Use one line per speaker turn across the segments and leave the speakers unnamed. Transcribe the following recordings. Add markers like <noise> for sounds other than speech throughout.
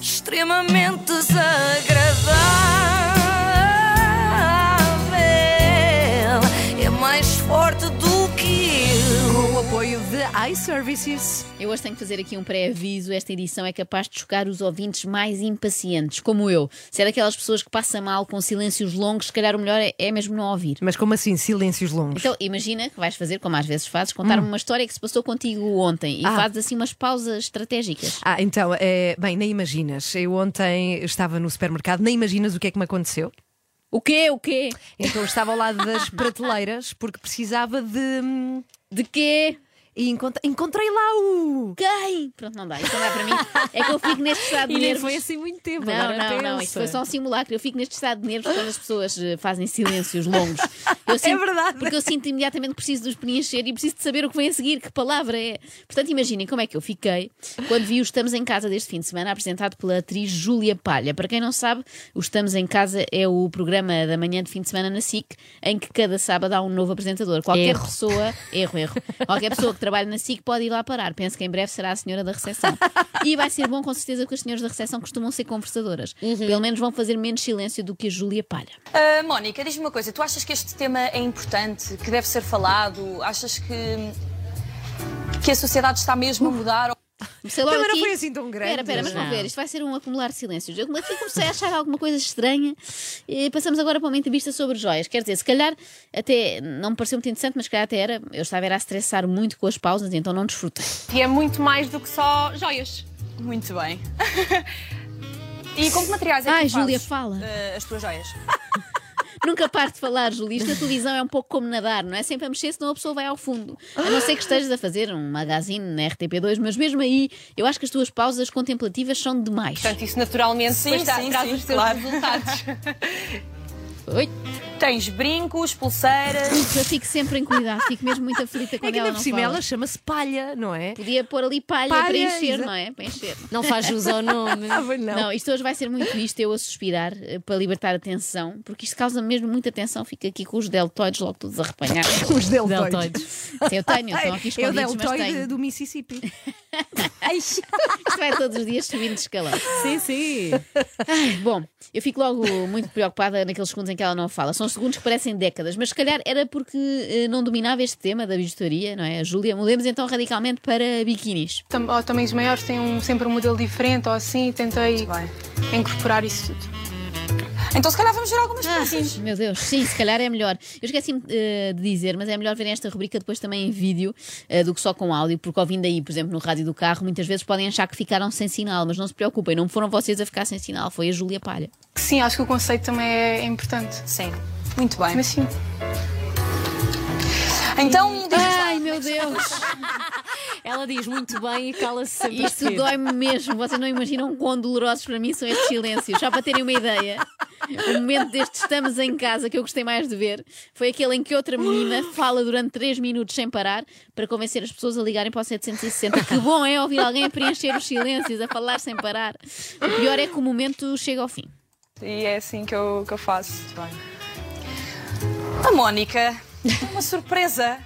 extremamente desagradável. É mais forte do que eu.
Com o apoio de iServices.
Eu hoje tenho que fazer aqui um pré-aviso. Esta edição é capaz de chocar os ouvintes mais impacientes, como eu. Se é daquelas pessoas que passa mal com silêncios longos, se calhar o melhor é, é mesmo não ouvir.
Mas como assim, silêncios longos?
Então, imagina que vais fazer, como às vezes fazes, contar-me uma história que se passou contigo ontem e
Hum. Ah.
fazes assim umas pausas estratégicas.
Ah, então, é, bem, nem imaginas. Eu ontem estava no supermercado, nem imaginas o que é que me aconteceu.
O quê? O quê?
Então eu estava ao lado
<laughs>
das prateleiras porque precisava de. hum,
De quê?
E encont- encontrei lá o.
Quem? Pronto, não dá. Isto não dá para mim. É que eu fico neste estado
<laughs>
de
E nem
nervos.
foi assim muito tempo.
Não,
agora
não,
pensa. É
não, isto foi só um simulacro. Eu fico neste estado de nervos quando as pessoas eh, fazem silêncios longos. Eu sinto-
É verdade.
Porque eu sinto imediatamente que preciso de os preencher e preciso de saber o que vem a seguir, que palavra é. Portanto, imaginem como é que eu fiquei quando vi o Estamos em Casa deste fim de semana, apresentado pela atriz Júlia Palha. Para quem não sabe, o Estamos em Casa é o programa da manhã de fim de semana na SIC, em que cada sábado há um novo apresentador. Qualquer
Erro.
pessoa, erro, erro, qualquer pessoa que trabalhe na SIC pode ir lá parar. Penso que em breve será a senhora da recepção. E vai ser bom, com certeza, porque as senhoras da recepção costumam ser conversadoras. Pelo menos vão fazer menos silêncio do que a Júlia Palha.
Ah, Mónica, diz-me uma coisa, tu achas que este tema é importante, que deve ser falado? Achas que, que a sociedade está mesmo a mudar?
Comecei logo
Também não
aqui-
foi assim tão grande.
Espera, espera, mas vamos
Não.
ver. Isto vai ser um acumular de silêncios. Eu aqui comecei a achar alguma coisa estranha. E passamos agora para uma entrevista sobre joias. Quer dizer, se calhar até não me pareceu muito interessante, mas se calhar até era. Eu estava era a estressar muito com as pausas, então não desfrutei.
E é muito mais do que só joias.
Muito bem. e com que materiais é que
Ai,
tu fazes,
Júlia, fala.
ah, as tuas joias?
Nunca paro de falar, Júlia. Isto na televisão é um pouco como nadar, não é? Sempre a mexer, senão a pessoa vai ao fundo. A não ser que estejas a fazer um magazine na RTP2, mas mesmo aí, eu acho que as tuas pausas contemplativas são demais.
Portanto, isso naturalmente
Sim,
depois dá-
sim,
traz
sim,
os teus
claro. <laughs>
resultados.
Oi.
Tens brincos, pulseiras.
Eu fico sempre em cuidado, fico mesmo muito aflita
É
quando
que ainda
ela não
por cima
fala.
ela chama-se palha, não é?
Podia pôr ali palha,
Palha,
para encher,
exato.
não é? Para encher.
Não faz jus ao nome.
Ah, pois
<laughs> Não. isto hoje vai ser muito isto, eu a suspirar eh, para libertar a tensão, porque isto causa mesmo muita tensão. Fico aqui com os deltoides logo todos arrepanhados.
Os deltoides.
Deltoides.
<laughs> Sim, eu tenho,
<laughs>
estão
É o
aqui escondidos, mas
deltoide
tenho.
do Mississippi.
Isto vai todos os dias subindo de escalão.
Sim, sim.
Ai, Bom, eu fico logo muito preocupada naqueles segundos em que ela não fala. São segundos que parecem décadas, mas se calhar era porque eh, não dominava este tema da bijuteria, não é? Júlia, mudemos então radicalmente para biquinis.
<laughs> Tam- ou tamanhos maiores têm um, sempre um modelo diferente ou assim, e tentei
Muito
incorporar isso tudo.
Então se calhar vamos ver algumas peças.
Meu Deus, sim, se calhar é melhor. Eu esqueci-me eh, de dizer, mas é melhor verem esta rubrica depois também em vídeo eh, do que só com áudio, porque ouvindo aí, por exemplo, no rádio do carro, muitas vezes podem achar que ficaram sem sinal, mas não se preocupem, não foram vocês a ficar sem sinal, foi a Júlia Palha.
Sim, acho que o conceito também é importante.
Sim. Muito bem.
Mas sim,
Então, diz-nos lá,
Ai, meu Deus,
Ela diz muito bem e cala-se sempre. a
isto
seguir.
dói-me mesmo, vocês não imaginam quão dolorosos para mim são estes silêncios. Só para terem uma ideia, o momento deste Estamos em Casa que eu gostei mais de ver foi aquele em que outra menina fala durante 3 minutos sem parar para convencer as pessoas a ligarem para o 760. Que bom é ouvir alguém a preencher os silêncios, a falar sem parar. O pior é que o momento chega ao fim.
E é assim que eu, que eu faço. A Mónica, uma surpresa.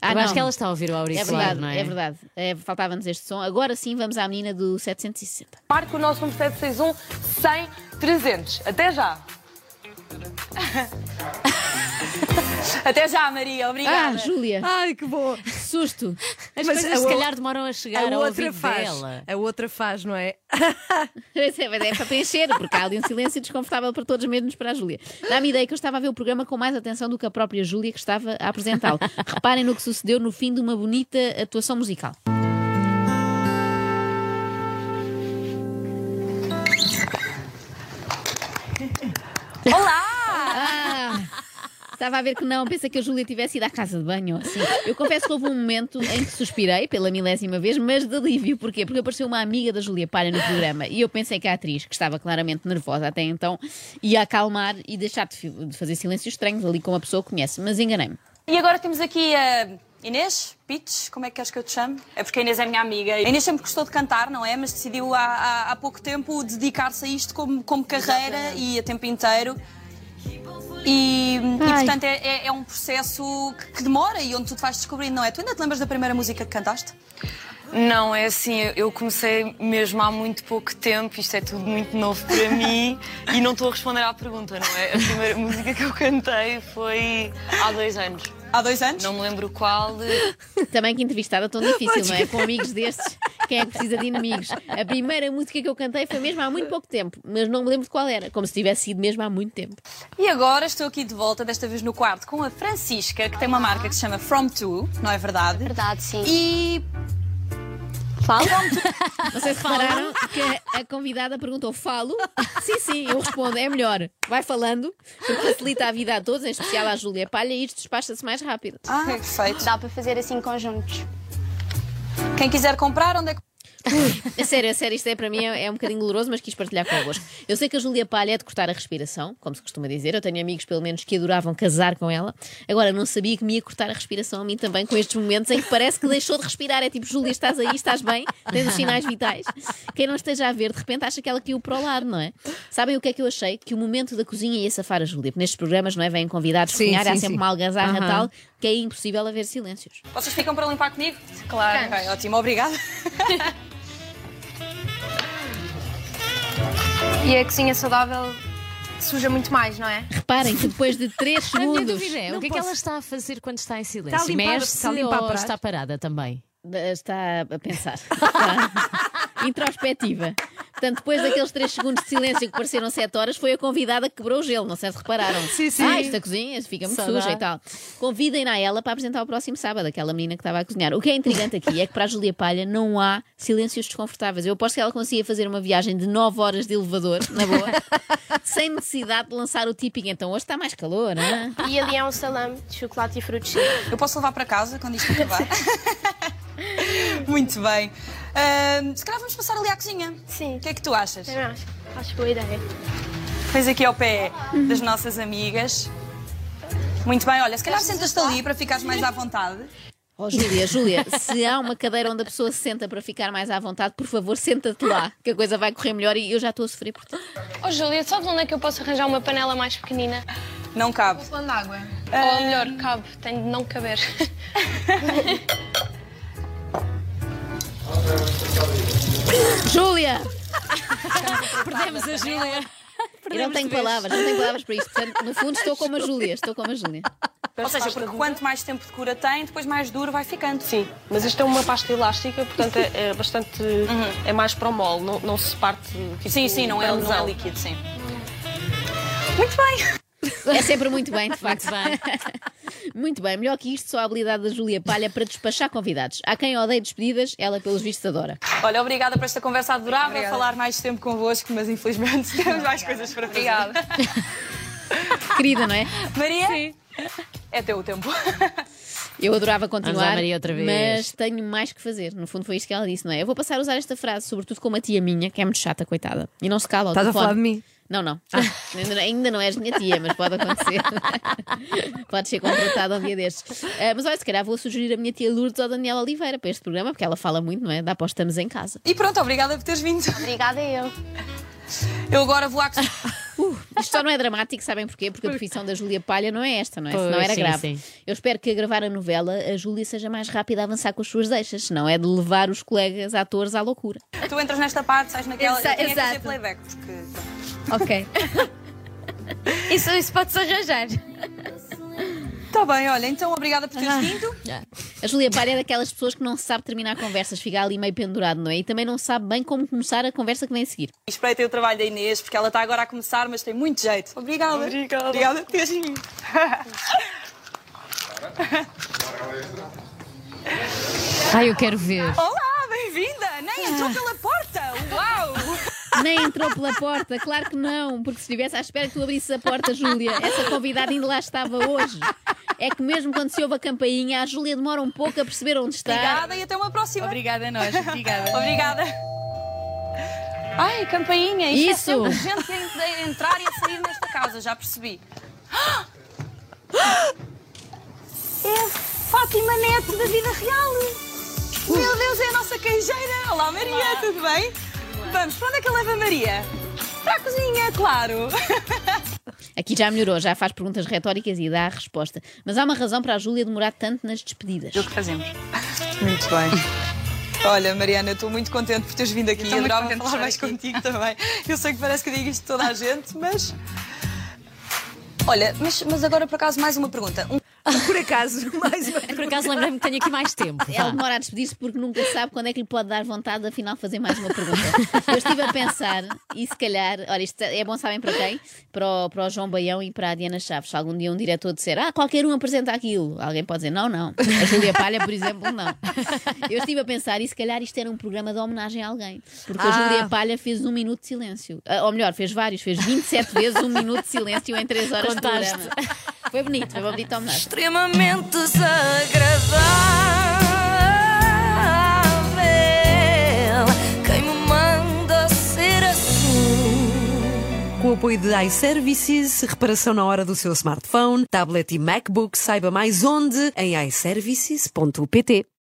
Ah,
Eu acho
não.
que ela está a ouvir o auricular,
É verdade,
não é?
é verdade. É, Faltava-nos este som. Agora sim vamos à menina do 760.
Marque o nosso número 761 100 300. Até já!
Até já, Maria. Obrigada.
Ah, Júlia,
Ai, que bom.
que susto!
Mas
As coisas
a
se
ou-
calhar demoram a chegar
A
ao
outra
ouvido
faz.
dela.
A outra faz, não é? <laughs>
Mas é, mas é para preencher, porque há ali um silêncio desconfortável para todos, menos para a Júlia. Dá-me ideia que eu estava a ver o programa com mais atenção do que a própria Júlia que estava a apresentá-lo. Reparem no que sucedeu no fim de uma bonita atuação musical. Olá! Estava a ver que não, pensa que a Júlia tivesse ido à casa de banho ou assim. Eu confesso que houve um momento em que suspirei pela milésima vez, mas de alívio. Porquê? Porque apareceu uma amiga da Júlia Palha no programa e eu pensei que a atriz, que estava claramente nervosa até então, ia acalmar e deixar de fi- de fazer silêncios estranhos ali com uma pessoa que conhece. Mas enganei-me.
E agora temos aqui a Inês Pitts, como é que queres que eu te chame? É porque a Inês é minha amiga. A Inês sempre gostou de cantar, não é? Mas decidiu há, há, há pouco tempo dedicar-se a isto como, como carreira e a tempo inteiro. E, e,
Ai.
portanto é, é- é um processo que, que demora e onde tu te vais descobrindo, não é? Tu ainda te lembras da primeira música que cantaste?
Não, é assim, eu- eu comecei mesmo há muito pouco tempo, isto é tudo muito novo para mim e não estou a responder à pergunta, não é? A primeira <laughs> música que eu cantei foi há dois anos.
Há dois anos?
Não me lembro qual.
Também que entrevistada tão difícil, não é? Com amigos destes, quem é que precisa de inimigos? A primeira música que eu cantei foi mesmo há muito pouco tempo, mas não me lembro de qual era, como se tivesse sido mesmo há muito tempo.
E agora estou aqui de volta, desta vez no quarto, com a Francisca, que tem uma marca que se chama From To, não é verdade?
Verdade, sim.
E
Não sei se repararam que a- a convidada perguntou: falo? Sim, sim, eu respondo, é melhor. Vai falando, porque facilita a vida a todos, em especial à Júlia Palha, e isto despacha-se mais rápido.
Ah, perfeito.
Dá para fazer assim conjuntos.
Quem quiser comprar, onde é que.
A sério, a sério, isto é para mim é é um bocadinho doloroso, mas quis partilhar convosco. Eu sei que a Júlia Palha é de cortar a respiração, como se costuma dizer. Eu tenho amigos, pelo menos, que adoravam casar com ela. Agora, não sabia que me ia cortar a respiração a mim também, com estes momentos em que parece que deixou de respirar. É tipo, Júlia, estás aí, estás bem, tens os sinais vitais. Quem não esteja a ver, de repente, acha que ela caiu para o lar, não é? Sabem o que é que eu achei? Que o momento da cozinha ia safar a Júlia. Porque nestes programas, não é? Vêm convidados
Sim,
cozinhar, há
sim, sim.
sempre uma algazarra
Aham.
tal que é impossível haver silêncios.
Vocês ficam para limpar comigo? Claro. Ok, ótimo, obrigada.
E a cozinha saudável suja muito mais, não é?
Reparem que depois de 3
<laughs> A minha
segundos.
dúvida é, o
Não
que é que
posso.
ela está a fazer quando está em silêncio?
Está a limpar-
Mexe-se
está a limpar
ou
pratos?
está parada também?
Está a pensar. Está <laughs> introspectiva. Portanto, depois daqueles 3 segundos de silêncio que pareceram 7 horas, foi a convidada que quebrou o gelo, não sei se repararam.
Sim, sim.
Ah, esta cozinha fica muito
Só
suja
dá.
e tal. Convidem-na a ela para apresentar o próximo sábado, aquela menina que estava a cozinhar. O que é intrigante aqui é que para a Julia Palha não há silêncios desconfortáveis. Eu aposto que ela conseguia fazer uma viagem de 9 horas de elevador, na boa, <laughs> sem necessidade de lançar o tipping. Então hoje está mais calor, não é?
E ali é um salame de chocolate e frutos secos.
Eu posso levar para casa quando isto <laughs> acabar? Muito bem. Ahm, se calhar vamos passar ali à cozinha.
Sim.
O que é que tu achas?
Também acho, acho boa ideia.
Fez aqui ao pé das nossas amigas. Muito bem, olha, se calhar sentas-te ali para ficares mais à vontade.
Oh, Júlia, Júlia, se há uma cadeira onde a pessoa se senta para ficar mais à vontade, por favor, senta-te lá, que a coisa vai correr melhor e eu já estou a sofrer por ti.
Oh, Júlia, sabes onde é que eu posso arranjar uma panela mais pequenina?
Não cabe.
Plano de água. Ah,
Ou melhor, cabe, tenho de não caber.
Júlia!
Perdemos a Júlia.
Eu não tenho palavras, não tenho palavras para isto. Portanto, no fundo, estou como a Júlia, estou como a Júlia.
Ou seja, porque quanto mais tempo de cura tem, depois mais duro vai ficando.
Sim, mas esta é uma pasta elástica, portanto é, é bastante. é mais para o mole, não, não se parte. Tipo,
Uhum. Sim, sim, não é,
para
não é
lesão.
líquido, sim.
É sempre muito bem, de facto.
Muito bem.
Muito bem, melhor que isto, só a habilidade da Júlia Palha para despachar convidados. Há quem odeie despedidas, ela, pelos vistos, adora.
Olha, obrigada por esta conversa adorável, falar mais tempo convosco, mas infelizmente <laughs> temos mais coisas para fazer. Obrigada.
Querida, não é?
Maria? É teu o tempo.
Eu adorava continuar,
Vamos lá, Maria, outra vez.
mas tenho mais que fazer. No fundo, foi isto que ela disse, não é? Eu vou passar a usar esta frase, sobretudo com uma tia minha, que é muito chata, coitada. E não se cala. ao
Estás a
telefone.
falar de mim? Ah.
Não, não. <laughs> Ainda, não- ainda não és minha tia, mas pode acontecer. <laughs> pode ser contratada um dia destes. Ah, mas olha, se calhar vou sugerir a minha tia Lourdes ou a Daniela Oliveira para este programa, porque ela fala muito, não é? Dá para os estamos em casa.
E pronto, obrigada por teres vindo.
Obrigada eu.
Eu agora vou à cozinha.
Isto só não é dramático, sabem porquê? Porque a profissão da Júlia Palha não é esta, não é?
Pois,
não era
sim,
grave.
sim.
Eu espero que a gravar a novela a Júlia seja mais rápida a avançar com as suas deixas, senão é de levar os colegas atores à loucura.
Tu entras nesta parte, sais naquela.
Exa-
eu tinha que fazer
exato.
playback, porque.
Ok.
Isso, isso pode-se arranjar.
Tá bem, olha, então obrigada por teres vindo.
A Júlia Palha é daquelas pessoas que não sabe terminar conversas, fica ali meio pendurado, não é? E também não sabe bem como começar a conversa que vem a seguir.
E espreitei o trabalho da Inês, porque ela está agora a começar, mas tem muito jeito. Obrigada. Obrigada. Obrigada por teres vindo.
Ai, eu quero ver.
Olá, bem-vinda! Nem entrou pela porta! Uau!
Nem entrou pela porta, claro que não, porque se estivesse à espera que tu abrisses a porta, Júlia, essa convidada ainda lá estava hoje. É que mesmo quando se ouve a campainha, a Júlia demora um pouco a perceber onde está.
Obrigada e até uma próxima.
Obrigada a nós, obrigada.
<laughs> Obrigada. Ai, campainha,
Isso.
isto é sempre gente a a entrar e a sair nesta casa, já percebi. <gasps> É a Fátima Neto da vida real. Meu Deus, é a nossa queijeira. Olá, Maria, tudo bem? Vamos, para onde é que eu levo a Maria? Para a cozinha, claro. <laughs>
Aqui já melhorou, já faz perguntas retóricas e dá a resposta. Mas há uma razão para a Júlia demorar tanto nas despedidas.
que fazemos. Muito bem. Olha, Mariana, estou muito contente por teres vindo aqui.
Eu tô muito
Adorava
contente de
falar
estar
mais
aqui.
contigo também. Eu sei que parece que digo isto a
<laughs>
toda a gente, mas. Olha, mas, mas agora por acaso mais uma pergunta. Um-
Por acaso, <laughs> mais
É
uma
Por acaso lembrei-me que tenho aqui mais tempo.
É
Ele
vá.
um
demora a despedir-se porque nunca sabe quando é que lhe pode dar vontade de afinal fazer mais uma pergunta. Eu estive a pensar e se calhar, olha, isto é bom, sabem para quem? Para o, para o João Baião e para a Diana Chaves. Se algum dia um diretor disser, ah, qualquer um apresenta aquilo, alguém pode dizer, não, não. A Júlia Palha, por exemplo, não. Eu estive a pensar e se calhar isto era um programa de homenagem a alguém. Porque a
Ah.
Júlia Palha fez um minuto de silêncio. Ah, Ou melhor, fez vários, fez 27 vezes um minuto de silêncio em 3 horas
Contaste.
de programa. Foi bonito, foi uma bonita homenagem.
extremamente desagradável. Quem me manda ser assim?
Com o apoio de iServices, reparação na hora do seu smartphone, tablet e MacBook, saiba mais onde em iServices.pt.